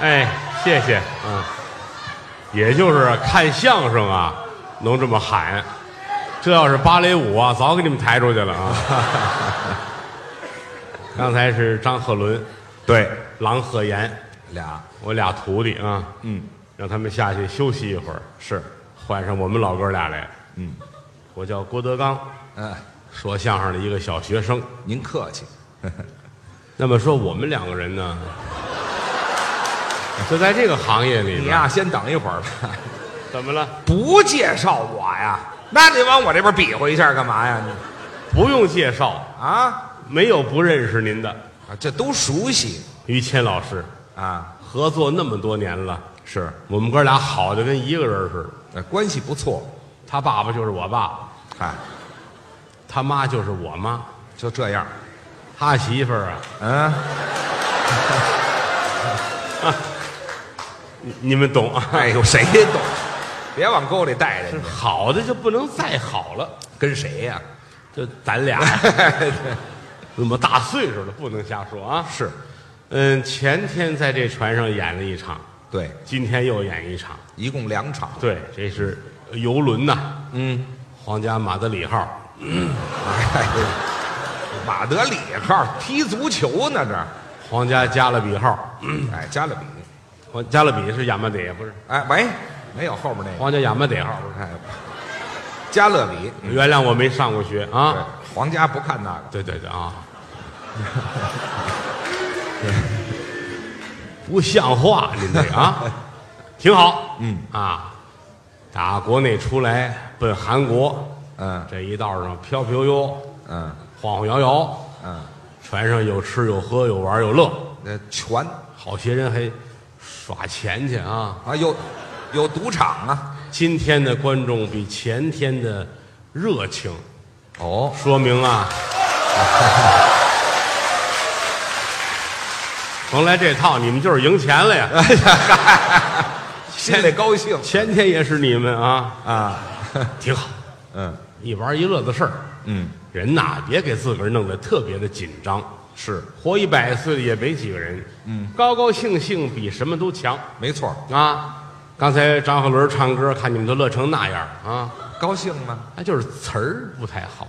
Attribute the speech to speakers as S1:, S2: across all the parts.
S1: 哎，谢谢，嗯，也就是啊看相声啊，能这么喊，这要是芭蕾舞啊，早给你们抬出去了 啊。刚才是张鹤伦、
S2: 对，
S1: 郎鹤炎，
S2: 俩
S1: 我俩徒弟啊，
S2: 嗯，
S1: 让他们下去休息一会儿，
S2: 是，
S1: 换上我们老哥俩来。
S2: 嗯，
S1: 我叫郭德纲，
S2: 嗯，
S1: 说相声的一个小学生。
S2: 您客气，
S1: 那么说我们两个人 呢，就在这个行业里
S2: 你
S1: 边，
S2: 呀先等一会儿吧，
S1: 怎么了？
S2: 不介绍我呀，那得往我这边比划一下干嘛呀？你
S1: 不用介绍，
S2: 啊
S1: 没有不认识您的。
S2: 啊，这都熟悉
S1: 于谦老师
S2: 啊，
S1: 合作那么多年了，
S2: 是，
S1: 我们哥俩好的跟一个人似的。
S2: 呃关系不错，
S1: 他爸爸就是我爸，
S2: 哎，
S1: 他妈就是我妈，
S2: 就这样，
S1: 他媳妇儿啊，
S2: 嗯，
S1: 你你们懂 啊。
S2: 哎呦，谁懂？别往沟里带人家，
S1: 好的就不能再好了，
S2: 跟谁呀？
S1: 就咱 俩那么大岁数了，不能瞎说啊。
S2: 是，
S1: 嗯，前天在这船上演了一场，
S2: 对，
S1: 今天又演一场。
S2: 一共两场，
S1: 对，这是游轮呐、
S2: 嗯，
S1: 皇家马德里号。
S2: 哎呦，马德里号踢足球呢这，
S1: 皇家加勒比号，
S2: 哎，加勒比，
S1: 皇加勒比是亚麻得不是？
S2: 哎，喂，没有后面那个，
S1: 皇家亚麻得号不
S2: 哎，加勒比，
S1: 是？原谅我没上过学啊。
S2: 对，皇家不看那个，
S1: 对对对 啊，不像话，您这个啊，挺好。
S2: 嗯
S1: 啊，打国内出来奔韩国，
S2: 嗯
S1: 这一道上飘飘悠，
S2: 嗯
S1: 晃晃摇摇，
S2: 嗯，
S1: 船上有吃有喝有玩有乐，
S2: 那全
S1: 好些人还耍钱去啊。
S2: 啊有有赌场啊，
S1: 今天的观众比前天的热情，
S2: 哦，
S1: 说明啊， 甭来这套，你们就是赢钱了
S2: 哎
S1: 呀！
S2: 心里高兴
S1: 前天也是你们啊，
S2: 啊，
S1: 挺好，
S2: 嗯
S1: 一玩一乐的事儿。
S2: 嗯
S1: 人呐，别给自个儿弄得特别的紧张，
S2: 是
S1: 活一百岁也没几个人。嗯，高高兴兴比什么都强
S2: 没错儿，
S1: 啊！刚才张鹤伦唱歌，看你们都乐成那样啊，
S2: 高兴吗？
S1: 那就是词儿不太好。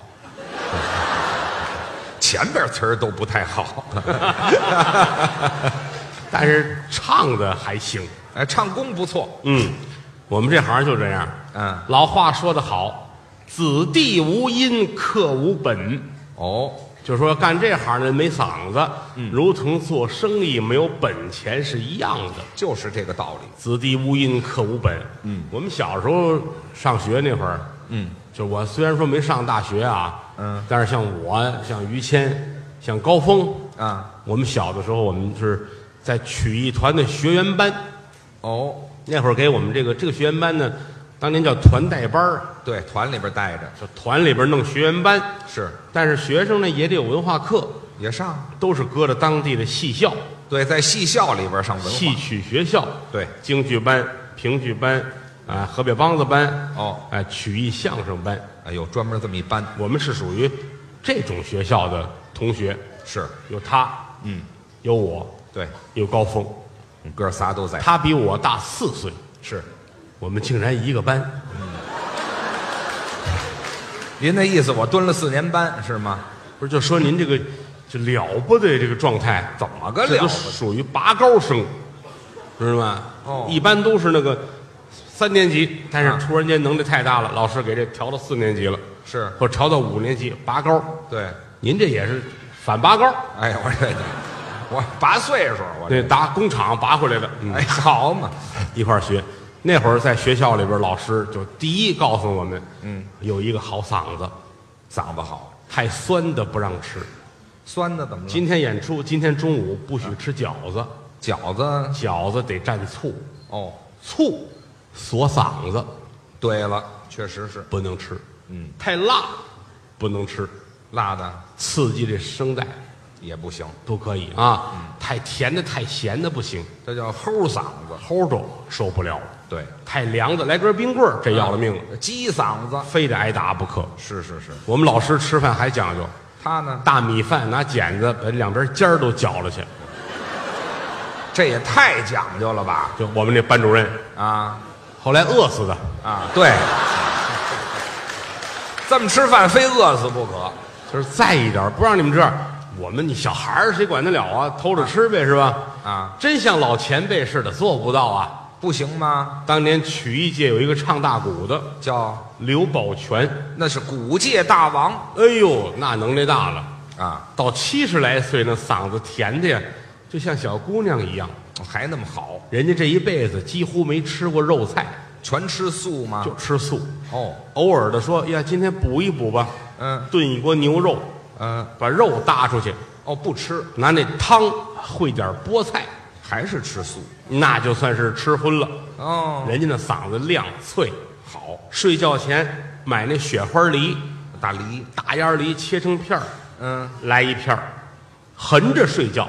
S2: 前边词儿都不太好，
S1: 但是唱的还行。
S2: 哎，唱功不错，
S1: 嗯，我们这行就这样。
S2: 嗯
S1: 老话说得好，子弟无音课无本，
S2: 哦，
S1: 就说干这行的没嗓子，
S2: 嗯
S1: 如同做生意没有本钱是一样的。
S2: 就是这个道理，
S1: 子弟无音课无本。嗯，我们小时候上学那会儿，
S2: 嗯，
S1: 就我虽然说没上大学啊，
S2: 嗯，
S1: 但是像我、像于谦、像高峰，
S2: 啊，
S1: 我们小的时候，我们是在曲艺团的学员班。
S2: 哦，
S1: 那会儿给我们这个这个学员班呢，当年叫团带班儿，
S2: 对，团里边带着
S1: 就团里边弄学员班。
S2: 是
S1: 但是学生呢也得有文化课，
S2: 也上，
S1: 都是搁着当地的戏校、
S2: 对，在戏校里边上文
S1: 戏
S2: 化，
S1: 曲学校、
S2: 对，
S1: 京剧班、评剧班啊、河北梆子班、
S2: 哦，
S1: 啊曲艺相声班，
S2: 哎呦，专门这么一班
S1: 我们是属于这种学校的同学，
S2: 是，
S1: 有他，
S2: 嗯，
S1: 有我，
S2: 对，
S1: 有高峰，
S2: 哥仨都在，
S1: 他比我大四岁，
S2: 嗯是。
S1: 我们竟然一个班。
S2: 您那意思，我蹲了四年班是吗？
S1: 不是，就说您这个这了不得这个状态，怎么
S2: 个
S1: 这
S2: 了
S1: 都
S2: 不得
S1: 属于拔高生，知道吗？
S2: 哦
S1: 一般都是那个三年级，但
S2: 啊
S1: 是突然间能力太大了，老师给这调到四年级了，
S2: 是
S1: 或调到五年级拔高。
S2: 对，
S1: 您这也是反拔高，
S2: 哎呀，我这我拔岁数，我这
S1: 那打工厂拔回来的，嗯
S2: 哎，好嘛，
S1: 一块儿学。那会儿在学校里边，老师就第一告诉我们，
S2: 嗯，
S1: 有一个好嗓子，
S2: 嗓子好，
S1: 太酸的不让吃。
S2: 酸的怎么了？
S1: 今天演出，今天中午不许吃饺子，
S2: 饺子
S1: 饺子得蘸醋，
S2: 哦，
S1: 醋锁嗓子，
S2: 对了，确实是
S1: 不能吃。
S2: 嗯，
S1: 太辣不能吃，
S2: 辣的
S1: 刺激这声带。
S2: 也不行，
S1: 不可以啊，太甜的、太咸的不行，
S2: 这叫齁嗓子。
S1: 齁着受不了了。
S2: 对，
S1: 太凉的来根冰棍儿，这要了命了，
S2: 鸡嗓子。
S1: 非得挨打不可。
S2: 是是是，
S1: 我们老师吃饭还讲究，
S2: 他呢，
S1: 大米饭拿剪子把两边尖儿都绞了去。
S2: 这也太讲究了吧？
S1: 就我们那班主任，
S2: 啊
S1: 后来饿死的，
S2: 啊，对，这么吃饭非饿死不可。
S1: 就是在意点儿，不让你们这样。我们你小孩儿谁管得了啊？偷着吃呗，是吧？
S2: 啊，
S1: 真像老前辈似的，做不到啊。
S2: 不行吗？
S1: 当年曲艺界有一个唱大鼓的
S2: 叫
S1: 刘宝全，
S2: 那是古界大王
S1: 哎呦，那能耐大了，
S2: 啊，
S1: 到七十来岁那嗓子甜的呀，就像小姑娘一样。
S2: 还那么好，
S1: 人家这一辈子几乎没吃过肉菜，
S2: 全吃素吗？
S1: 就吃素。
S2: 哦，
S1: 偶尔的说呀，今天补一补吧，
S2: 嗯
S1: 炖一锅牛肉，
S2: 嗯，
S1: 把肉搭出去，
S2: 哦，不吃，
S1: 拿那汤烩点菠菜，
S2: 还是吃素。
S1: 那就算是吃荤了。
S2: 哦，
S1: 人家那嗓子亮脆好，睡觉前买那雪花梨，
S2: 大梨，
S1: 大烟梨切成片儿，
S2: 嗯，
S1: 来一片儿，横着睡觉。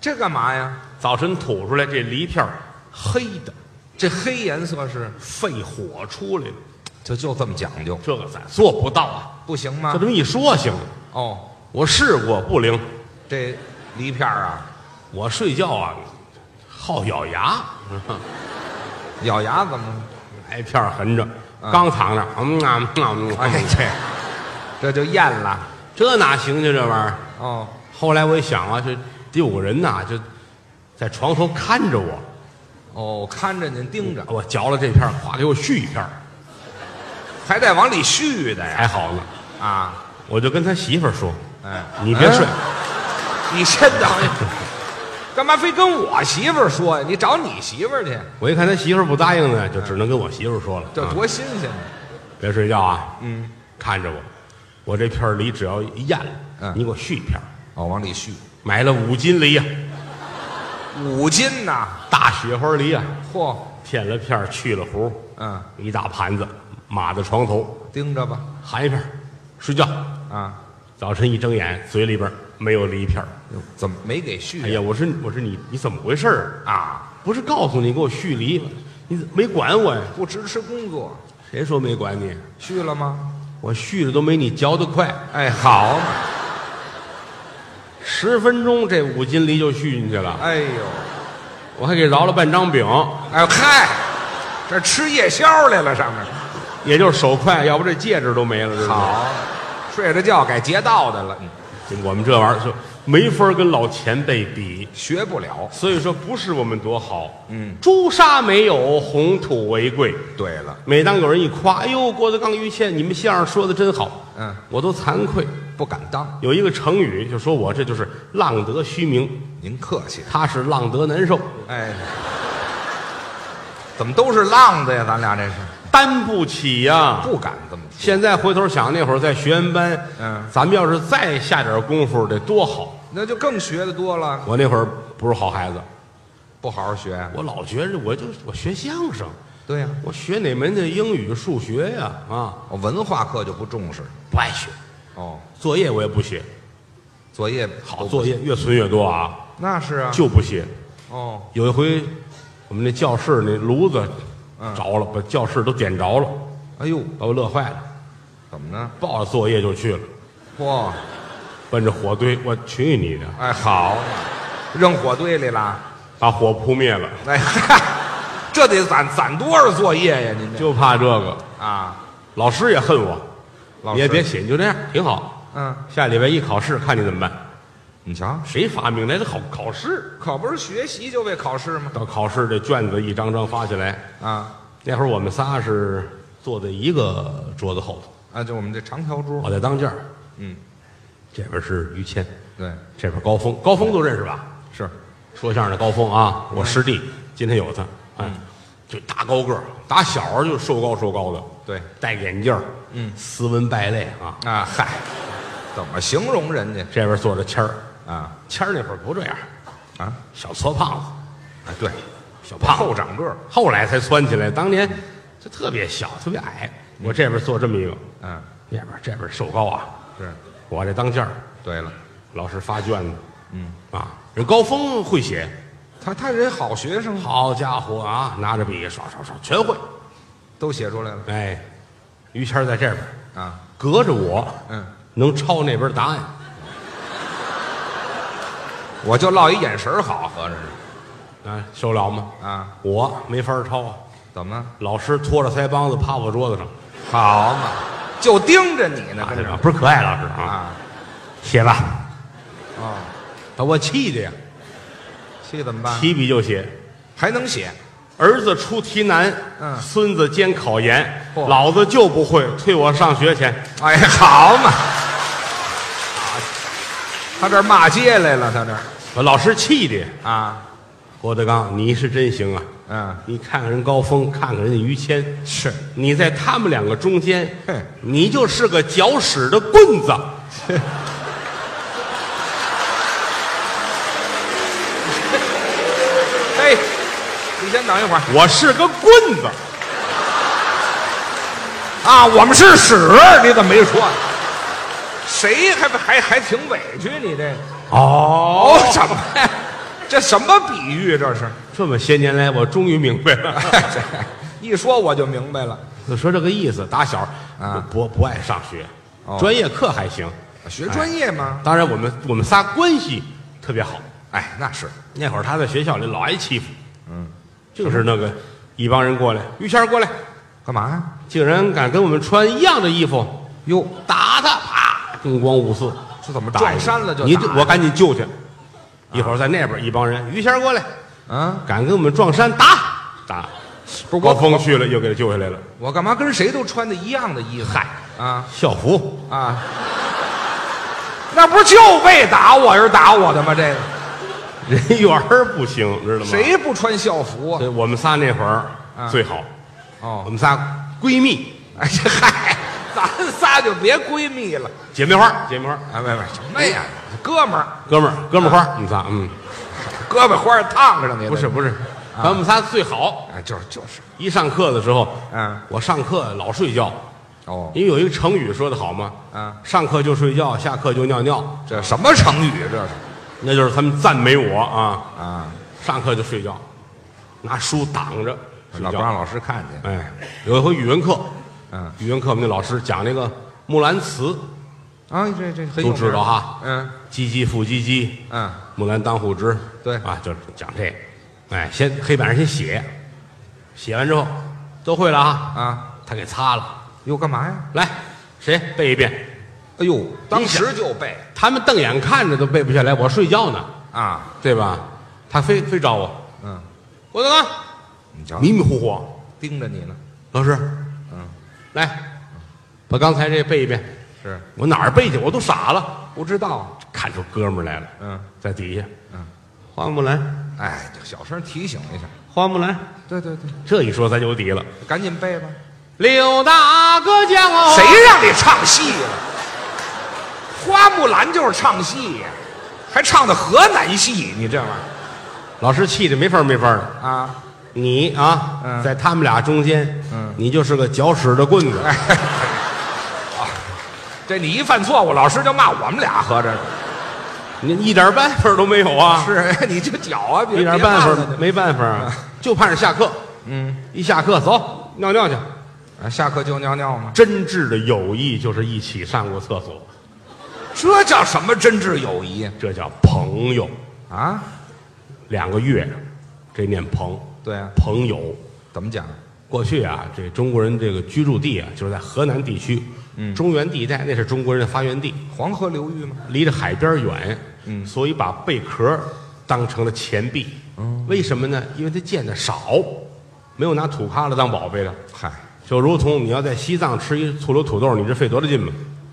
S2: 这干嘛呀？
S1: 早晨吐出来这梨片儿黑的，
S2: 这黑颜色是，
S1: 肺火出来了，
S2: 就就这么讲究，
S1: 这个咱做不到啊。
S2: 不行
S1: 就
S2: 吗
S1: 这？么一说行，
S2: 哦，
S1: 我试过不灵，
S2: 这梨片儿啊，
S1: 我睡觉啊好咬牙，
S2: 咬牙怎么？
S1: 来片儿横着，刚躺那儿，嗯啊嗯啊嗯啊，
S2: 哎，这这就咽了。
S1: 这哪行啊去这玩意儿？
S2: 哦，
S1: 后来我一想啊，这得有个人呐，就在床头看着我，
S2: 哦，看着您盯着，
S1: 我嚼了这片儿，咵给我续一片儿，
S2: 还得往里续的呀。
S1: 还好呢。
S2: 啊，
S1: 我就跟他媳妇儿说
S2: 哎，：“嗯
S1: 你别睡，
S2: 你先等一会儿，干嘛非跟我媳妇儿说呀？你找你媳妇儿去，
S1: 我一看他媳妇儿不答应呢，就只能跟我媳妇儿说了。
S2: 这
S1: 啊
S2: 多新鲜呢！
S1: 别睡觉啊，嗯，看着我，我这片儿梨只要一咽了，
S2: 嗯
S1: 你给我续一片儿。
S2: 哦，往里续
S1: 买了五斤梨呀、
S2: 五斤呐，
S1: 大雪花梨呀、
S2: 嚯，
S1: 片了片儿去了核，
S2: 嗯，
S1: 一大盘子码在床头，
S2: 盯着吧，
S1: 含一片儿睡觉。
S2: 啊，
S1: 早晨一睁眼，嘴里边没有梨片儿。
S2: 哟怎么没给续
S1: 哎呀，我说我说你你怎么回事儿啊？
S2: 啊？
S1: 不是告诉你给我续梨吗，你怎么没管我呀？
S2: 不支持工作，
S1: 谁说没管你？
S2: 续了吗？
S1: 我续的都没你嚼得快，
S2: 哎，好嘛，
S1: 十分钟这五斤梨就续进去了，
S2: 哎呦，
S1: 我还给饶了半张饼，
S2: 哎嗨，这吃夜宵来了，上面
S1: 也就是手快，要不这戒指都没了。知道吗，
S2: 好，睡着觉改劫道的了，嗯
S1: 我们这玩意儿就没法跟老前辈比，
S2: 学不了。
S1: 所以说不是我们多好，
S2: 嗯，
S1: 朱砂没有，红土为贵。
S2: 对了，
S1: 每当有人一夸，哎呦，郭德纲、于谦，你们相声说的真好，
S2: 嗯，
S1: 我都惭愧。
S2: 不敢当，
S1: 有一个成语，就说我这就是浪得虚名，
S2: 您客气。
S1: 他是浪得难受，
S2: 哎，怎么都是浪子呀？咱俩这是
S1: 担不起呀、
S2: 不敢这么说。
S1: 现在回头想，那会儿在学员班，
S2: 嗯
S1: 咱们要是再下点功夫，得多好。
S2: 那就更学的多了，
S1: 我那会儿不是好孩子，
S2: 不好好学。啊
S1: 我老觉着我就我学相声，
S2: 对呀、
S1: 我学哪门的英语、数学呀啊，
S2: 我文化课就不重视。
S1: 不爱学，
S2: 哦，
S1: 作业我也不写，
S2: 作业
S1: 好作业越存越多啊，
S2: 那是啊。
S1: 就不写。
S2: 哦，
S1: 有一回，我们那教室那炉子
S2: 嗯
S1: 着了，把教室都点着了，
S2: 哎呦，
S1: 把我乐坏了，
S2: 怎么呢？
S1: 抱着作业就去了，
S2: 嚯，
S1: 奔着火堆，我去你的，
S2: 哎好，扔火堆里了。
S1: 把火扑灭了，
S2: 哎 嗨，这得攒攒多少作业呀？您这
S1: 就怕这个。
S2: 啊，
S1: 老师也恨我，
S2: 老
S1: 你也
S2: 师
S1: 别写，你就这样挺好。
S2: 嗯，
S1: 下礼拜一考试，看你怎么办。
S2: 你瞧，
S1: 谁发明来的考考试？
S2: 可不是学习就为考试吗？
S1: 到考试这卷子一张张发下来。
S2: 啊
S1: 那会儿我们仨是坐在一个桌子后头，
S2: 啊，就我们这长条桌。
S1: 我在当间儿
S2: 嗯，
S1: 这边是于谦，
S2: 对，
S1: 这边高峰，高峰都认识吧？
S2: 是
S1: 说相声的高峰啊，我师弟，
S2: 嗯
S1: 今天有他，哎，就大高个儿，打小儿就瘦高瘦高的，
S2: 对。
S1: 戴个眼镜儿，
S2: 嗯
S1: 斯文败类啊。
S2: 啊，嗨，怎么形容人家
S1: 这边坐着谦儿，
S2: 啊
S1: 谦儿那会儿不这样，
S2: 啊
S1: 小矬胖子，
S2: 啊？对，
S1: 小胖子
S2: 后长个儿，
S1: 后来才窜起来。当年就特别小，特别矮。我这边坐这么一个，
S2: 嗯，
S1: 那边这边瘦高啊。
S2: 是。
S1: 我这当间儿，
S2: 对了，
S1: 老师发卷子，嗯啊，人高峰会写，
S2: 他他人好学生，
S1: 好家伙啊，拿着笔刷刷刷全会。
S2: 都写出来了
S1: 哎，于谦儿在这边，
S2: 啊，
S1: 隔着我，
S2: 嗯，
S1: 能抄那边答案。
S2: 我就落一眼神儿好，合着是
S1: 啊，受了吗？
S2: 啊，
S1: 我没法抄啊。
S2: 怎么了？
S1: 老师拖着腮帮子趴我桌子上，
S2: 好嘛，就盯着你呢，
S1: 啊
S2: 跟着
S1: 不是可爱老师啊，
S2: 啊
S1: 写吧，
S2: 哦，
S1: 把我气的呀，
S2: 气怎么办？
S1: 提笔就写。
S2: 还能写，
S1: 儿子出题难，
S2: 嗯
S1: 孙子监考研，
S2: 嚯
S1: 老子就不会，退我上学去。
S2: 哎，好嘛，啊他这儿骂街来了，他这儿
S1: 把老师气的呀，
S2: 啊，
S1: 郭德纲，你是真行啊！
S2: 嗯，
S1: 你看看人高峰，看看人家于谦，
S2: 是，
S1: 你在他们两个中间
S2: 哼，
S1: 你就是个搅屎的棍子。
S2: 嘿，哎你先等一会儿
S1: 我是个棍子，
S2: 啊，我们是屎，你怎么没说？谁还还还挺委屈你这个
S1: 哦
S2: 哦什么呀？这什么比喻这是？
S1: 这么些年来，我终于明白了。
S2: 一说我就明白了，
S1: 就说这个意思，打小
S2: 啊
S1: 不不不爱上学，
S2: 哦
S1: 专业课还行。
S2: 学专业吗？
S1: 当然，我们我们仨关系特别好。
S2: 哎，那是
S1: 那会儿他在学校里老挨欺负，嗯，就是那个一帮人过来，于谦儿过来，
S2: 干嘛呀？
S1: 竟然敢跟我们穿一样的衣服，
S2: 哟，
S1: 打他！啪，灯光五四，
S2: 这怎么
S1: 打
S2: 撞衫了就
S1: 你
S2: 打呀
S1: 我赶紧救去。一会儿在那边一帮人，于谦儿过来，
S2: 啊，
S1: 敢跟我们撞衫，打打。
S2: 不是
S1: 高
S2: 我
S1: 峰去了，又给他救下来了。
S2: 我干嘛跟谁都穿的一样的衣服？
S1: 嗨，
S2: 啊
S1: 校服
S2: 啊，那不是就为打我而打我的吗？这个
S1: 人缘儿不行，知道吗？
S2: 谁不穿校服啊
S1: 所？以我们仨那会儿
S2: 啊
S1: 最好，我
S2: 哦，
S1: 们仨闺蜜，
S2: 哎呀嗨，咱仨就别闺蜜了，
S1: 姐妹花，姐妹花，
S2: 哎，喂喂，什么呀？哥们儿，
S1: 哥们儿，哥们儿
S2: 啊
S1: 花，我们仨，嗯，
S2: 胳膊花儿烫着呢，
S1: 不是不是，
S2: 啊
S1: 咱们仨最好。
S2: 哎，就是就是，
S1: 一上课的时候，
S2: 嗯，
S1: 我上课老睡觉，
S2: 哦，
S1: 因为有一个成语说的好嘛，
S2: 嗯
S1: 上课就睡觉，下课就尿尿，
S2: 这什么成语啊这是？
S1: 那就是他们赞美我啊，
S2: 啊，
S1: 上课就睡觉，拿书挡着睡
S2: 老不
S1: 觉。
S2: 让老师看见。
S1: 哎，有一回语文课，
S2: 嗯
S1: 语文课我们那老师讲那个《木兰辞》，
S2: 啊，这这很有
S1: 都
S2: 名
S1: 知道哈，
S2: 嗯
S1: 唧唧复唧唧，
S2: 嗯，
S1: 木兰当户织，
S2: 对
S1: 啊，就是讲这个，哎，先黑板上先写，写完之后都会了啊，
S2: 啊，
S1: 他给擦了，
S2: 又干嘛呀？
S1: 来，谁背一遍？
S2: 哎呦，当
S1: 想
S2: 时就背
S1: 他们瞪眼看着都背不下来，我睡觉呢，
S2: 啊，
S1: 对吧？他非非找我，
S2: 嗯，
S1: 郭德纲
S2: 你瞧，
S1: 迷迷糊糊，
S2: 盯着你呢，
S1: 老师，
S2: 嗯，
S1: 来，把刚才这背一遍，
S2: 是
S1: 我哪儿背去？我都傻了，
S2: 不知道，
S1: 看出哥们儿来了，
S2: 嗯
S1: 在底下，
S2: 嗯，
S1: 花木兰，
S2: 哎，这小声提醒一下，
S1: 花木兰，
S2: 对对对，
S1: 这一说咱有底了。
S2: 赶紧背吧。
S1: 刘大哥讲哦，
S2: 谁让你唱戏了？花木兰就是唱戏呀，还唱的河南戏，你这玩意
S1: 老师气的没法儿没法儿的。
S2: 儿啊，
S1: 你啊，
S2: 嗯
S1: 在他们俩中间，
S2: 嗯哎
S1: 你就是个搅屎的棍子。
S2: 这你一犯错误，老师就骂我们俩，合着是
S1: 你一点办法都没有啊，
S2: 是，你就搅啊，别
S1: 一点
S2: 别
S1: 办
S2: 骂
S1: 法
S2: 了
S1: 儿没办法儿，啊就盼着下课。
S2: 嗯，
S1: 一下课走尿尿去。
S2: 啊下课就尿尿吗？
S1: 真挚的友谊就是一起上过厕所，
S2: 这叫什么真挚友谊
S1: 这叫朋友。
S2: 啊？
S1: 两个月，这念朋
S2: 对啊，
S1: 朋友。
S2: 怎么讲？
S1: 过去啊，这中国人这个居住地啊，就是在河南地区，
S2: 嗯
S1: 中原地带，那是中国人的发源地。
S2: 黄河流域吗？
S1: 离着海边远，
S2: 嗯
S1: 所以把贝壳当成了钱币。
S2: 哦
S1: 为什么呢？因为它见的少，没有拿土咖了当宝贝的。
S2: 嗨，
S1: 就如同你要在西藏吃一醋溜土豆，你这费多大劲吧？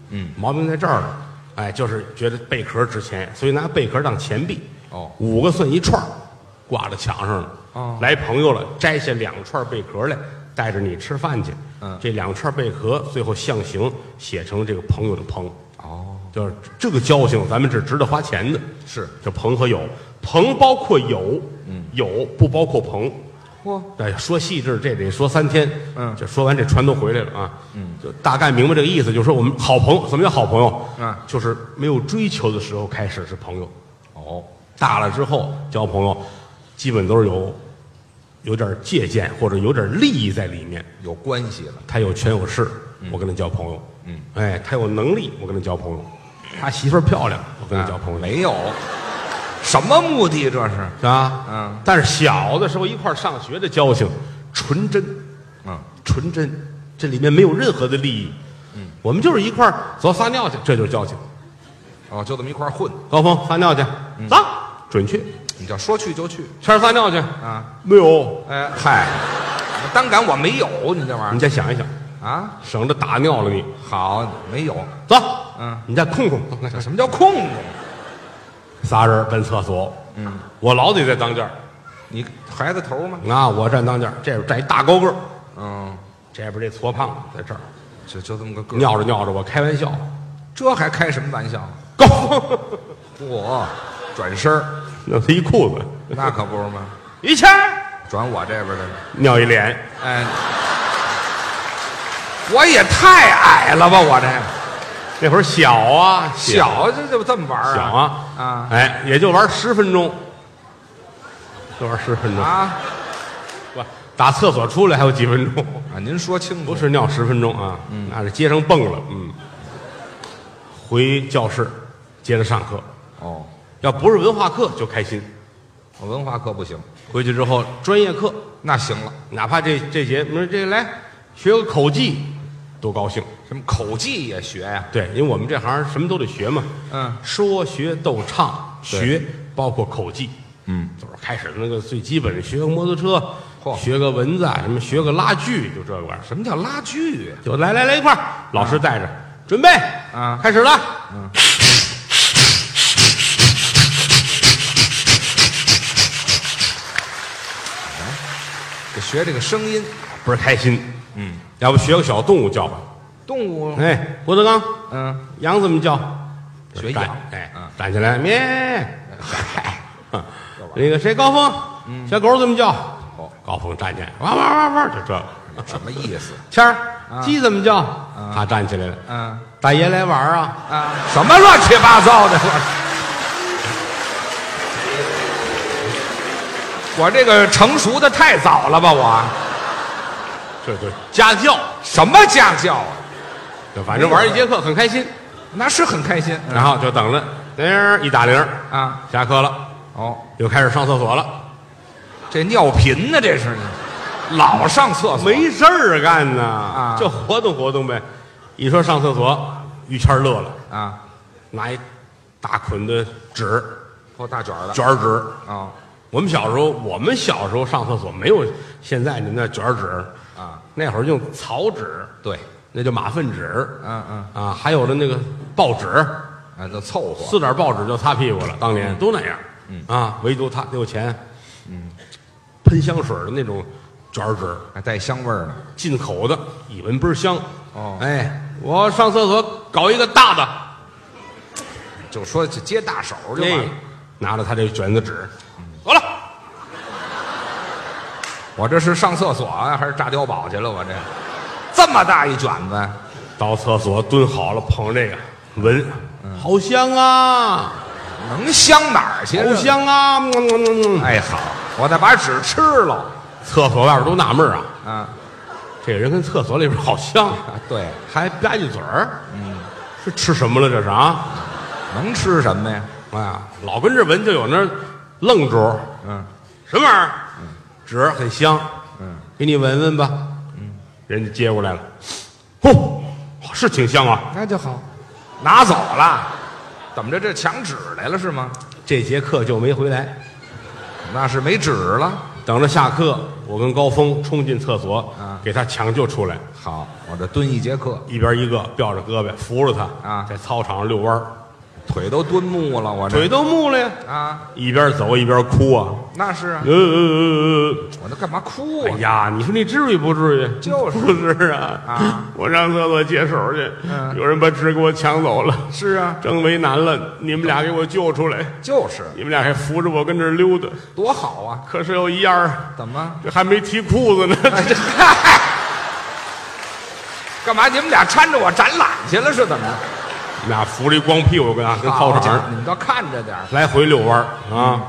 S2: 嗯，
S1: 毛病在这儿了。哎，就是觉得贝壳值钱，所以拿贝壳当钱币。
S2: 哦
S1: 五个算一串儿，挂在墙上了。
S2: 哦
S1: 来朋友了，摘下两串贝壳来，带着你吃饭去。
S2: 嗯
S1: 这两串贝壳最后象形写成这个朋友的朋。
S2: 哦，
S1: 就是这个交情，咱们是值得花钱的。
S2: 是
S1: 这朋和友，朋包括友，嗯，友不包括朋。
S2: 嚯，
S1: 哎，说细致这得说三天，
S2: 嗯
S1: 这说完这船都回来了啊，嗯，就大概明白这个意思，就是说我们好朋友，什么叫好朋友？
S2: 嗯
S1: 就是没有追求的时候开始是朋友，
S2: 哦
S1: 大了之后交朋友，基本都是有有点界限或者有点利益在里面。
S2: 有关系了，
S1: 他有权有势，我跟他交朋友。
S2: 嗯，
S1: 哎，他有能力，我跟他交朋友。他媳妇儿漂亮，我跟他交朋友。
S2: 啊没有，什么目的这是？
S1: 啊，
S2: 嗯
S1: 但是小的时候一块儿上学的交情，纯真，
S2: 嗯，
S1: 纯真，这里面没有任何的利益。嗯，我们就是一块儿走撒尿去，这就是交情。
S2: 哦，就这么一块儿混，
S1: 高峰撒尿去，
S2: 嗯
S1: 撒、准确。
S2: 你叫说去就去
S1: 谦儿撒尿去，
S2: 啊！
S1: 没有。
S2: 哎，
S1: 嗨，
S2: 单杆我没有，你这玩
S1: 你
S2: 意
S1: 再想一想，
S2: 儿啊，
S1: 省得打尿了你。
S2: 好，没有，
S1: 走，
S2: 嗯，
S1: 你再控控。来
S2: 这什么叫空空？
S1: 仨人奔厕所，
S2: 嗯，
S1: 我老得在当间儿。
S2: 你孩子头吗？
S1: 啊，我站当间儿，这边站一大高个儿，
S2: 嗯，
S1: 这边这矬胖子在这儿
S2: 就就这么个个儿，
S1: 尿着尿着，我开玩笑，
S2: 这还开什么玩笑？
S1: 高 峰
S2: 嚯，转身儿，
S1: 弄他一裤子，
S2: 那可不是吗？
S1: 于谦儿
S2: 转我这边来了，
S1: 尿一脸，
S2: 哎，我也太矮了吧，我这
S1: 那会儿小啊，
S2: 小这就这么玩儿
S1: 小
S2: 啊？
S1: 啊
S2: 啊
S1: 哎，也就玩十分钟，就玩十分钟，
S2: 啊
S1: 不打厕所出来还有几分钟，
S2: 啊！您说清楚，
S1: 不是尿十分钟啊，
S2: 嗯
S1: 那是街上蹦了，嗯，回教室接着上课，
S2: 哦，
S1: 要不是文化课就开心，
S2: 我文化课不行，
S1: 回去之后专业课
S2: 那行了，
S1: 哪怕这这节，你说这来学个口技，多高兴！
S2: 什么口技也学呀、
S1: 对，因为我们这行什么都得学嘛，
S2: 嗯
S1: 说学逗唱学，包括口技，
S2: 嗯，
S1: 就是开始那个最基本的，学个摩托车，
S2: 嚯
S1: 学个蚊子啊，什么学个拉锯，就这个玩意儿。
S2: 什么叫拉锯呀、
S1: 就来来来一块儿，老师带着，准备
S2: 啊
S1: 开始了。
S2: 得学这个声音，
S1: 倍儿开心，
S2: 嗯，
S1: 要不学个小动物叫吧？
S2: 动物，
S1: 哎，郭德纲，
S2: 嗯，
S1: 羊怎么叫？
S2: 学
S1: 站
S2: 羊
S1: 哎
S2: 嗯，
S1: 站起来，咩。
S2: 嗨，
S1: 哼那个谁，高峰，小狗怎么叫
S2: 哦？
S1: 高峰站起来，汪汪汪汪，就这个。
S2: 什么意思？
S1: 谦儿，鸡怎么叫？他站起来了，
S2: 嗯
S1: 大爷来玩儿啊！
S2: 啊，什么乱七八糟的？我我这个成熟的太早了吧？我
S1: 这就家教，
S2: 什么家教啊？
S1: 就反正玩一节课很开心，
S2: 那是很开心，
S1: 嗯
S2: 嗯
S1: 然后就等着铃儿一打铃儿，
S2: 啊，
S1: 下课了，
S2: 哦，
S1: 又开始上厕所了，
S2: 这尿频呢，这是，老上厕所，
S1: 没事儿干呢
S2: 啊，
S1: 就活动活动呗。一说上厕所，于谦儿乐了，
S2: 啊，
S1: 拿一大捆的纸，
S2: 破哦大卷儿了，
S1: 卷儿纸，
S2: 啊
S1: 我们小时候，我们小时候上厕所没有现在你们那卷儿纸，
S2: 啊，
S1: 那会儿用草纸，
S2: 对，
S1: 那叫马粪纸，
S2: 嗯嗯，
S1: 啊，还有的那个报纸，
S2: 啊，就凑合，
S1: 撕点报纸就擦屁股了，当
S2: 嗯
S1: 年都那样，啊，唯独他有钱，喷香水的那种卷儿纸，
S2: 还带香味儿呢。
S1: 进口的，一闻倍儿香，
S2: 哦
S1: 哎，我上厕所搞一个大的，
S2: 就说就接大手就完
S1: 哎
S2: 了。，
S1: 拿着他这卷子纸，走了，
S2: 我这是上厕所啊，还是炸碉堡去了？我这这么大一卷子，
S1: 到厕所蹲好了，捧这个闻，好香啊！
S2: 能香哪儿去？
S1: 好！香啊！嗯嗯嗯嗯
S2: 哎，好，我再把纸吃了。
S1: 厕所外边都纳闷儿啊，
S2: 啊
S1: 这个人跟厕所里边好像，
S2: 啊，对，
S1: 还吧唧嘴儿，嗯，是吃什么了这是啊？
S2: 能吃什么呀？
S1: 哎呀，老跟这闻就有那儿愣住，
S2: 嗯，
S1: 什么玩意儿？纸儿很香，
S2: 嗯，
S1: 给你闻闻吧，嗯，人家接过来了，嚯，是挺香啊！
S2: 那就好，拿走了。怎么着？这抢纸来了是吗？
S1: 这节课就没回来，
S2: 那是没纸了。
S1: 等着下课，我跟高峰冲进厕所
S2: 啊，
S1: 给他抢救出来，
S2: 好，我这蹲一节课，
S1: 一边一个吊着胳膊扶着他
S2: 啊
S1: 在操场上遛弯儿。
S2: 腿都蹲木了，我
S1: 腿
S2: 这
S1: 都木了呀，
S2: 啊，
S1: 一边走一边哭啊。
S2: 那是啊，
S1: 呃呃
S2: 我这干嘛哭
S1: 呃，哎
S2: 啊？
S1: 呀，你说你至于不至于？
S2: 就是
S1: 不是啊？
S2: 啊，
S1: 我上厕所解手去，
S2: 嗯
S1: 有人把纸给我抢走了，
S2: 是啊，
S1: 正为难了，你们俩给我救出来，
S2: 就是
S1: 你们俩还扶着我跟这儿溜达。
S2: 多好啊！
S1: 可是有一样儿，
S2: 怎么？
S1: 这还没提裤子呢。
S2: 哎这 嗨，干嘛？你们俩搀着我展览去了是怎么着？
S1: 那扶着一光屁股跟啊，跟操
S2: 好
S1: 场
S2: 家伙
S1: 上
S2: 你们倒看着点儿
S1: 来回遛弯儿啊，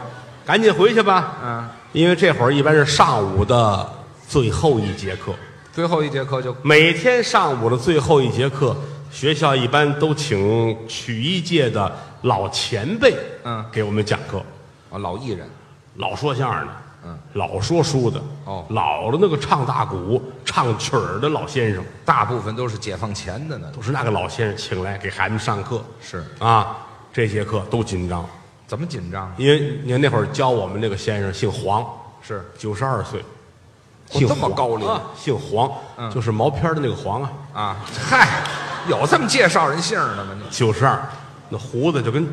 S1: 赶紧回去吧。
S2: 嗯，
S1: 因为这会儿一般是上午的最后一节课，
S2: 最后一节课就
S1: 每天上午的最后一节课，学校一般都请曲艺界的老前辈，
S2: 嗯
S1: 给我们讲课，
S2: 哦，老艺人，
S1: 老说相声的，
S2: 嗯，
S1: 老说书的，
S2: 哦
S1: 老的那个唱大鼓、唱曲儿的老先生，
S2: 大部分都是解放前的呢。
S1: 都是那个老先生请来给孩子们上课，
S2: 是
S1: 啊，这节课都紧张，
S2: 怎么紧张？
S1: 因为你看那会儿教我们那个先生姓黄，
S2: 是
S1: 九十二岁，
S2: 哦
S1: 姓
S2: 这么
S1: 黄
S2: 高龄
S1: 啊姓黄，
S2: 嗯
S1: 就是毛片儿的那个黄啊，
S2: 啊，嗨，有这么介绍人姓儿的吗？
S1: 九十二，那胡子就跟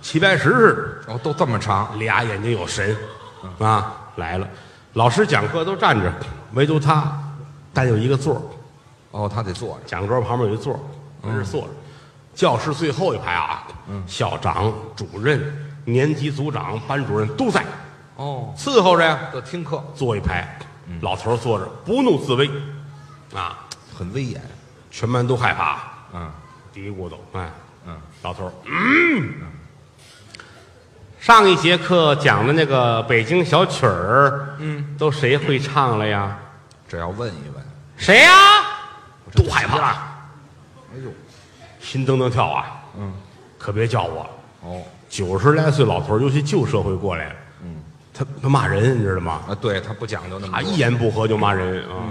S1: 齐白石似
S2: 哦，都这么长，
S1: 的，俩眼睛有神，
S2: 嗯
S1: 啊，来了，老师讲课都站着，唯独他单有一个座儿，
S2: 哦，他得坐着。
S1: 讲桌旁边有一座儿，跟
S2: 嗯
S1: 这坐着，教室最后一排啊，校长、主任、年级组长、班主任都在
S2: 哦，
S1: 伺候着呀。
S2: 这听课
S1: 坐一排，老头儿坐着，不怒自威，啊，
S2: 很威严。
S1: 全班都害怕，
S2: 嗯
S1: 嘀咕都，哎，
S2: 嗯，
S1: 老头儿，嗯，上一节课讲的那个北京小曲儿，嗯，都谁会唱了呀？
S2: 这要问一问。
S1: 谁呀、都害怕，
S2: 哎呦，
S1: 啊心噔噔跳啊，
S2: 嗯，
S1: 可别叫我，
S2: 哦，
S1: 九十来岁老头儿，尤其旧社会过来了，嗯，他他骂人，你知道吗？
S2: 啊，对他不讲究那么
S1: 啊，
S2: 多
S1: 一言不合就骂人啊，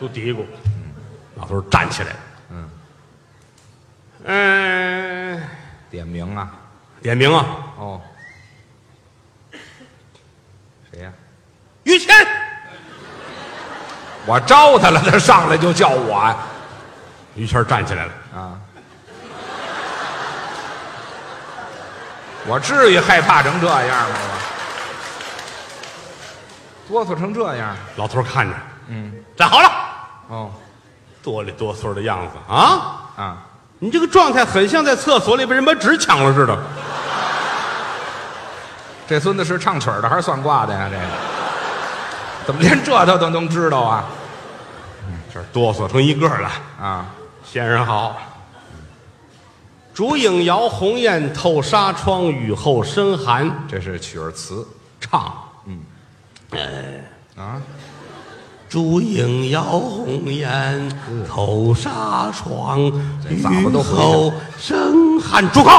S1: 都嘀咕。老头儿站起来，
S2: 嗯，
S1: 嗯、
S2: 点名啊。
S1: 点名啊，
S2: 哦，谁呀、
S1: 于谦，
S2: 我招他了，他上来就叫我啊
S1: 于谦站起来了，
S2: 啊！我至于害怕成这样吗？我哆嗦成这样。
S1: 老头儿看着，
S2: 嗯，
S1: 站好了，
S2: 哦，
S1: 哆里哆嗦的样子啊，
S2: 啊，
S1: 你这个状态很像在厕所里被人把纸抢了似的。
S2: 这孙子是唱曲儿的还是算卦的呀？这个怎么连这他都能知道啊？
S1: 这儿哆嗦成一个了，
S2: 啊，
S1: 先生好。烛影摇红雁，透纱窗，雨后生寒。
S2: 这是曲儿词
S1: 唱，
S2: 啊，
S1: 烛影摇红雁，透纱窗，
S2: 这
S1: 雨
S2: 嗓子都回去了
S1: 后生寒。住口！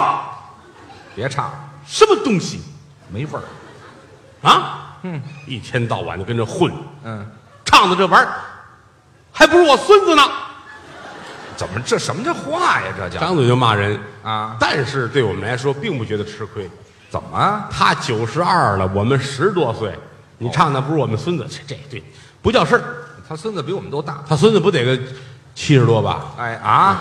S2: 别唱，
S1: 什么东西
S2: 没味儿。
S1: 啊？嗯，一天到晚就跟这混，
S2: 嗯，
S1: 唱的这玩意儿，还不如我孙子呢。
S2: 怎么这什么叫话呀？这叫
S1: 张嘴就骂人
S2: 啊
S1: 但是对我们来说并不觉得吃亏。
S2: 怎么？
S1: 他九十二了，我们十多岁，你唱的不是我们孙子，这这对不叫事儿。
S2: 他孙子比我们都大。
S1: 他孙子不得个七十多吧？
S2: 哎啊，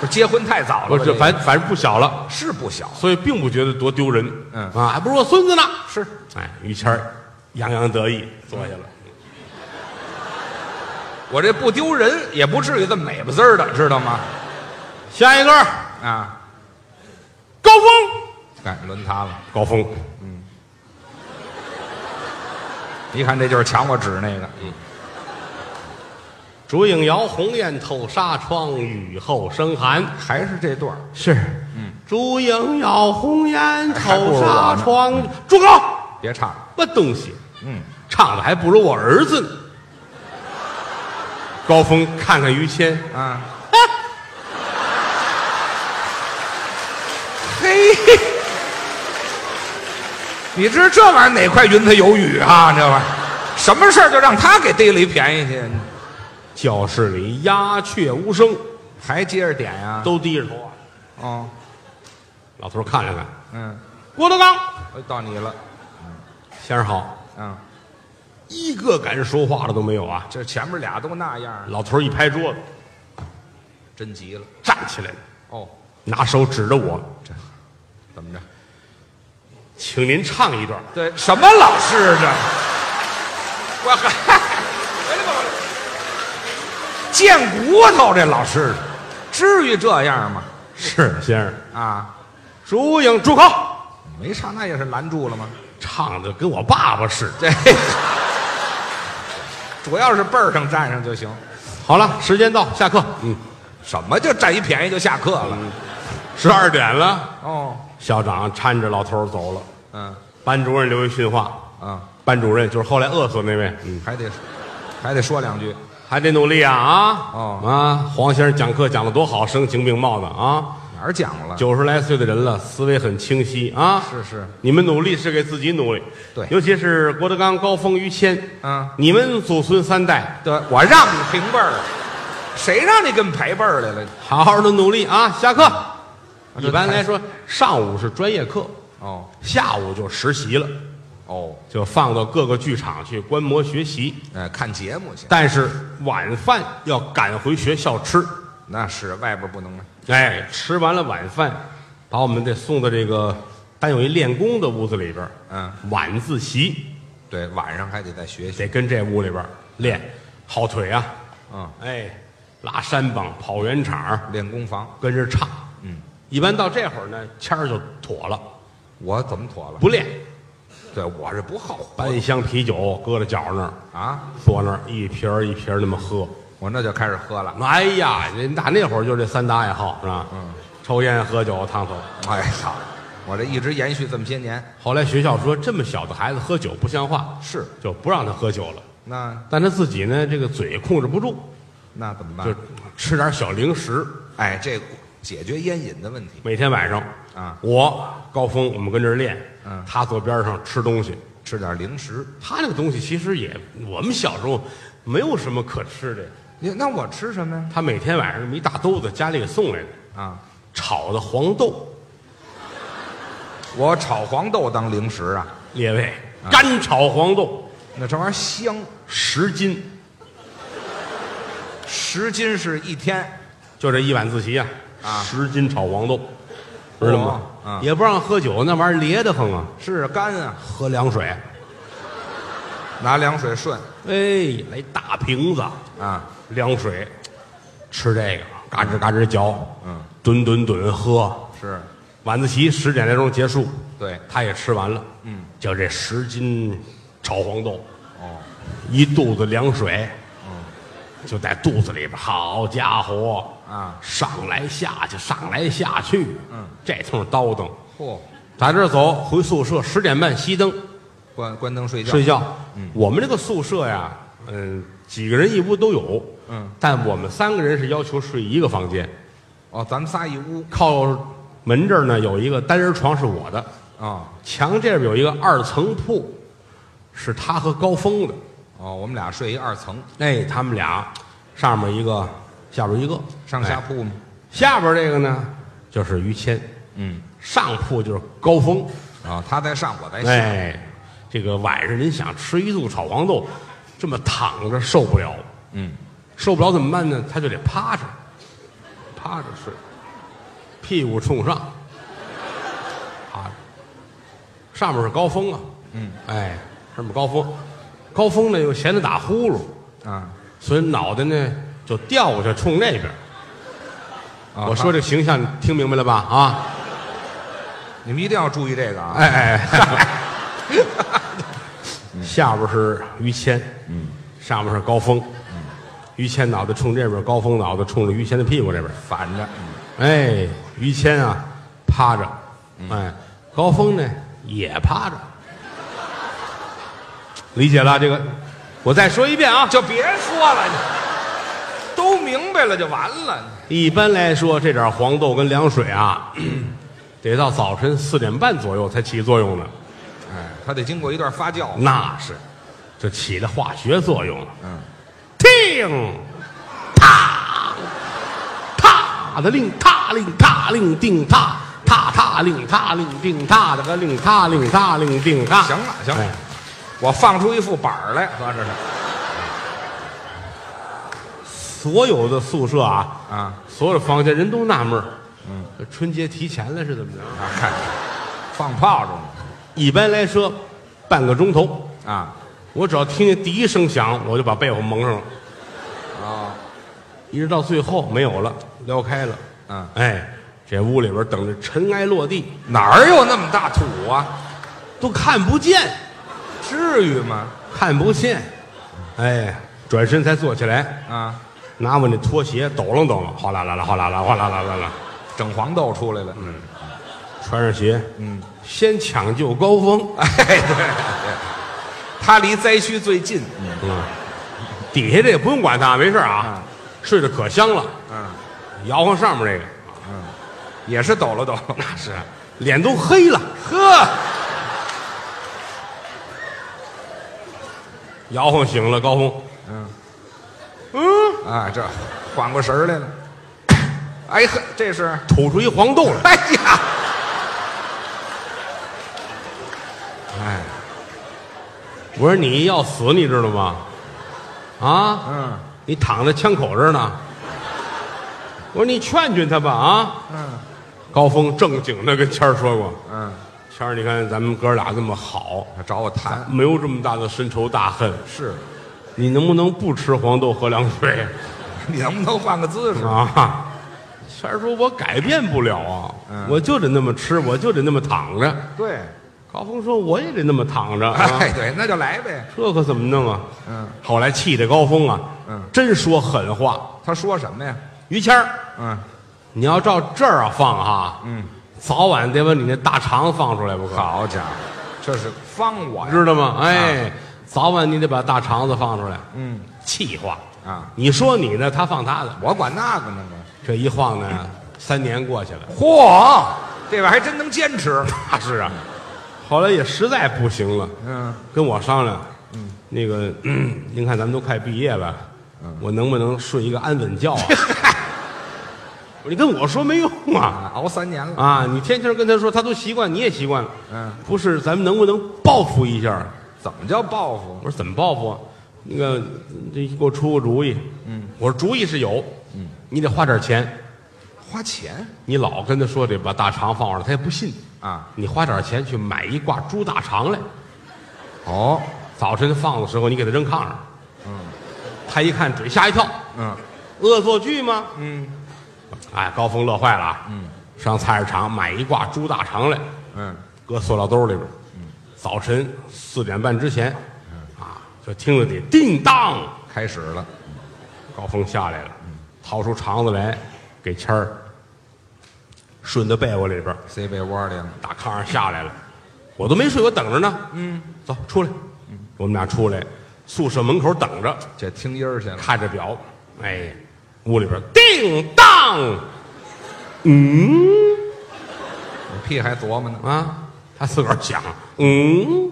S2: 不是结婚太早了吧，
S1: 不是，
S2: 这个
S1: 反反正不小了，
S2: 是不小，
S1: 所以并不觉得多丢人。
S2: 嗯
S1: 啊，还不如我孙子呢。
S2: 是
S1: 哎，于谦儿洋洋得意坐下了。
S2: 我这不丢人，也不至于这么美巴滋儿的，知道吗？
S1: 下一个
S2: 啊，
S1: 高峰，
S2: 哎，轮他了，
S1: 高峰，
S2: 一看这就是抢我纸那个，
S1: 烛影摇红雁，透纱窗，雨后生寒。
S2: 还是这段儿
S1: 是，嗯，烛影摇红雁，
S2: 还不
S1: 透
S2: 如
S1: 纱
S2: 我呢
S1: 窗。住口！
S2: 别唱了，
S1: 什么东西？
S2: 嗯，
S1: 唱的还不如我儿子呢。高峰看看于谦，
S2: 啊，嘿，你知这玩意儿哪块云彩有雨啊？这玩意儿，什么事儿就让他给逮了一便宜去？
S1: 教室里鸦雀无声，
S2: 还接着点呀、
S1: 都低着头啊。
S2: 哦，
S1: 老头儿看了看，
S2: 嗯，
S1: 郭德纲
S2: 哎到你了，
S1: 先生好，
S2: 嗯，
S1: 一个敢说话的都没有啊。
S2: 这前面俩都那样，
S1: 老头儿一拍桌子，
S2: 真急了。
S1: 站起来了，
S2: 哦，
S1: 拿手指着我，
S2: 怎么着？
S1: 请您唱一段。
S2: 对，什么老师这？我 嗨，回来吧回来贱骨头这老师，至于这样吗？
S1: 是先生，
S2: 啊，
S1: 烛影住口，
S2: 没唱那也是拦住了吗？
S1: 唱的跟我爸爸似的。
S2: 这 主要是辈儿上占上就行。
S1: 好了，时间到，下课。嗯，
S2: 什么就占一便宜就下课了？
S1: 十二点了，
S2: 哦，
S1: 校长搀着老头儿走了。
S2: 嗯
S1: 班主任留一训话，
S2: 啊，
S1: 班主任就是后来饿死那位，嗯，
S2: 还得还得说两句。
S1: 还得努力啊啊！
S2: 哦
S1: 啊，黄先生讲课讲的多好，声情并茂的啊，
S2: 哪儿讲了？
S1: 九十来岁的人了，思维很清晰啊。
S2: 是是，
S1: 你们努力是给自己努力，
S2: 对
S1: 尤其是郭德纲、高峰、于谦，
S2: 嗯
S1: 你们祖孙三代，
S2: 对，我让你平辈儿了，谁让你跟排辈儿来了？
S1: 好好的努力啊！下课，一般来
S2: 说，
S1: 说上午是专业课，
S2: 哦
S1: 下午就实习了，
S2: 哦，
S1: 就放到各个剧场去观摩学习。
S2: 哎，看节目去，
S1: 但是晚饭要赶回学校吃，
S2: 那是外边不能来。
S1: 哎，吃完了晚饭，把我们得送到这个单有一练功的屋子里边儿，
S2: 嗯，
S1: 晚自习
S2: 对，晚上还得再学学。
S1: 得跟这屋里边儿练，好腿啊，
S2: 嗯，
S1: 哎，拉山膀、跑圆场，
S2: 练功房，
S1: 跟着唱。
S2: 嗯，
S1: 一般到这会儿呢，谦儿就妥了，
S2: 我怎么妥了？
S1: 不练，
S2: 对，我是不好活
S1: 搬一箱啤酒搁在脚那儿，
S2: 啊，
S1: 坐那儿一瓶儿一瓶儿那么喝。
S2: 我那就开始喝了。
S1: 哎呀，人打那会儿就这三大爱好是吧？
S2: 嗯，
S1: 抽烟、喝酒、烫头。
S2: 哎呀，我这一直延续这么些年，
S1: 后来学校说这么小的孩子喝酒不像话，
S2: 是
S1: 就不让他喝酒了。
S2: 那
S1: 但他自己呢，这个嘴控制不住，
S2: 那怎么
S1: 就
S2: 办？
S1: 吃点小零食。
S2: 哎，这解决烟瘾的问题
S1: 每天晚上
S2: 啊，
S1: 我高峰我们跟这儿练，
S2: 嗯
S1: 他坐边上吃东西。
S2: 吃点零食。
S1: 他那个东西其实也，我们小时候没有什么可吃的。
S2: 你那我吃什么呀？
S1: 他每天晚上一大兜子，家里给送来的，
S2: 啊，
S1: 炒的黄豆，
S2: 我炒黄豆当零食啊，
S1: 列位，干炒黄豆
S2: 那这玩意儿香。
S1: 十斤，
S2: 十斤是一天，
S1: 就这一晚自习啊，
S2: 啊
S1: 十斤炒黄豆，知道
S2: 哇
S1: 吗
S2: 啊？
S1: 也不让喝酒，那玩意儿咧得慌啊，
S2: 是干啊，
S1: 喝凉水，
S2: 拿凉水顺
S1: 哎，来大瓶子
S2: 啊，
S1: 凉水，吃这个，嘎吱嘎吱嚼，
S2: 嗯，
S1: 吨吨吨喝。
S2: 是，
S1: 晚自习十点来钟结束，
S2: 对，
S1: 他也吃完了，
S2: 嗯，
S1: 就这十斤炒黄豆，
S2: 哦，
S1: 一肚子凉水，
S2: 嗯，
S1: 就在肚子里边，好家伙
S2: 啊
S1: 上来下去，上来下去，
S2: 嗯，
S1: 这通叨腾，
S2: 嚯、
S1: 打这儿走回宿舍，十点半熄灯
S2: 关关灯睡觉，
S1: 睡觉。我们这个宿舍呀，嗯，几个人一屋都有，
S2: 嗯，
S1: 但我们三个人是要求睡一个房间，
S2: 哦，咱们仨一屋
S1: 靠门这儿呢有一个单人床是我的，
S2: 啊、
S1: 墙这边有一个二层铺，是他和高峰的。
S2: 哦，我们俩睡一二层，
S1: 哎，他们俩上面一个，下边一个，
S2: 上下
S1: 哎
S2: 铺吗？
S1: 下边这个呢就是于谦，
S2: 嗯，
S1: 上铺就是高峰。
S2: 啊、他在上，我在下，
S1: 哎，这个晚上您想吃一肚子炒黄豆，这么躺着受不了，
S2: 嗯，
S1: 受不了怎么办呢？他就得趴着，趴着睡，屁股冲上，趴着，上面是高峰啊，
S2: 嗯，
S1: 哎，上面高峰，高峰呢又闲得打呼噜，
S2: 啊，
S1: 所以脑袋呢就掉过去冲那边。
S2: 啊
S1: 我说这形象，你听明白了吧？啊，
S2: 他你们一定要注意这个啊，
S1: 哎哎哎，下边是于谦，嗯，上面是高峰，嗯，于谦脑袋冲这边，高峰脑袋冲着于谦的屁股这边。
S2: 反着，嗯
S1: 哎，于谦啊，趴着，哎，高峰呢也趴着，理解了这个。我再说一遍啊，
S2: 就别说了，你都明白了就完了，
S1: 一般来说，这点黄豆跟凉水啊， 得到早晨四点半左右才起作用呢。
S2: 哎，他得经过一段发酵，
S1: 那是，就起了化学作用了。
S2: 嗯，
S1: 听，踏，踏的令，踏令，踏令定踏，踏踏令，踏令定踏的个令，踏令踏令定踏。
S2: 行了行了
S1: 哎
S2: 我放出一副板儿来，合着是
S1: 所有的宿舍啊，
S2: 啊。
S1: 所有的房间人都纳闷嗯，这春节提前了是怎么着？
S2: 啊，嗨放炮仗呢
S1: 一般来说，半个钟头，
S2: 啊
S1: 我只要听见第一声响，我就把被窝蒙上了，
S2: 啊
S1: 一直到最后没有了，撩开了。
S2: 嗯，
S1: 哎，这屋里边等着尘埃落地，
S2: 哪儿有那么大土啊？
S1: 都看不见，
S2: 至于吗？
S1: 看不见。哎，转身才坐起来，
S2: 啊，
S1: 拿我那拖鞋抖楞抖楞，哗啦啦啦，哗啦啦，哗啦啦啦啦，
S2: 整黄豆出来了。嗯，
S1: 穿上鞋，嗯，啊先抢救高峰，
S2: 哎，对，他离灾区最近。嗯
S1: 嗯，底下这也不用管它，没事啊，睡得可香了，
S2: 嗯，
S1: 摇晃上面这个，
S2: 也是抖了抖。
S1: 那是脸都黑了，
S2: 呵，
S1: 摇晃醒了高峰，
S2: 啊，这缓过神儿来了。哎呵，这是，
S1: 吐出一黄豆来，
S2: 哎呀，哎，
S1: 我说你要死你知道吗？啊，
S2: 嗯
S1: 你躺在枪口这儿呢，我说你劝劝他吧啊。
S2: 嗯
S1: 高峰正经的跟谦儿说过
S2: 嗯，：“
S1: 谦儿，你看咱们哥俩这么好，
S2: 他找我谈
S1: 没有这么大的深仇大恨，
S2: 是，
S1: 你能不能不吃黄豆喝凉水
S2: 你能不能换个姿势？
S1: 啊？”谦儿说：“我改变不了啊，
S2: 嗯
S1: 我就得那么吃，我就得那么躺着。
S2: 对，”
S1: 高峰说：“我也得那么躺着，啊
S2: 哎对，那就来呗。
S1: 这可怎么弄啊？”
S2: 嗯，
S1: 后来气的高峰啊，
S2: 嗯
S1: 真说狠话，
S2: 他说什么呀？
S1: 于谦儿，
S2: 嗯
S1: 你要照这儿啊放哈，
S2: 嗯，
S1: 早晚得把你那大肠放出来不可。
S2: 好家伙，这是方我呀。
S1: 知道吗？哎，早晚你得把大肠子放出来。
S2: 嗯
S1: 气话，
S2: 啊，
S1: 你说你的，他放他的，
S2: 我管那个呢我。
S1: 这一晃呢，三年过去了。
S2: 嚯，这玩意儿还真能坚持。
S1: 那是啊，后来也实在不行了，
S2: 嗯，
S1: 跟我商量，那个 嗯您看咱们都快毕业了，我能不能睡一个安稳 觉啊？我说你跟我说没用啊。
S2: 啊熬三年了。
S1: 啊！你天天跟他说，他都习惯，你也习惯了。
S2: 嗯，
S1: 不是，咱们能不能报复一下？
S2: 怎么叫报复？
S1: 我说怎么报复啊？那个，这给我出个主意。嗯，我说主意是有，嗯，你得花点钱。
S2: 花钱
S1: 你老跟他说得把大肠放上来，他也不信。
S2: 啊？
S1: 你花点钱去买一挂猪大肠来，
S2: 哦，
S1: 早晨放的时候你给他扔炕上。嗯，他一看准吓一跳，
S2: 嗯
S1: 恶作剧吗？
S2: 嗯
S1: 哎，高峰乐坏了啊。嗯，上菜市场买一挂猪大肠来，
S2: 嗯，
S1: 搁塑料兜里边。嗯，早晨四点半之前，啊，就听着得叮当。
S2: 开始了。
S1: 高峰下来了，掏出肠子来给谦儿，顺到被窝里边儿，
S2: 塞被窝里了。
S1: 打炕上下来了。我都没睡，我等着呢。嗯，走出来。我们俩出来，宿舍门口等着，
S2: 这听音儿去了。
S1: 看着表，哎，屋里边叮当，嗯
S2: 我屁还琢磨呢。
S1: 啊，他自个儿想，嗯，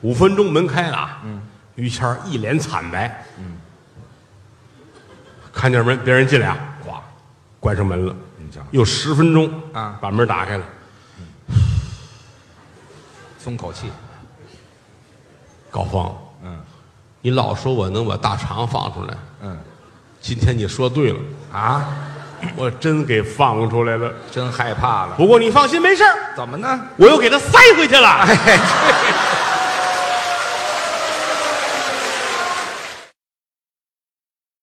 S1: 五分钟门开了啊。嗯，于谦儿一脸惨白。嗯，看见没？别人进来啊，哗，关上门了。
S2: 你瞧，
S1: 有十分钟
S2: 啊
S1: 把门打开了，
S2: 松口气。
S1: 高峰，
S2: 嗯
S1: 你老说我能把大肠放出来，
S2: 嗯
S1: 今天你说对了，
S2: 啊，
S1: 我真给放出来了。
S2: 真害怕了。
S1: 不过你放心，没事儿，
S2: 怎么呢？
S1: 我又给他塞回去了。
S2: 哎，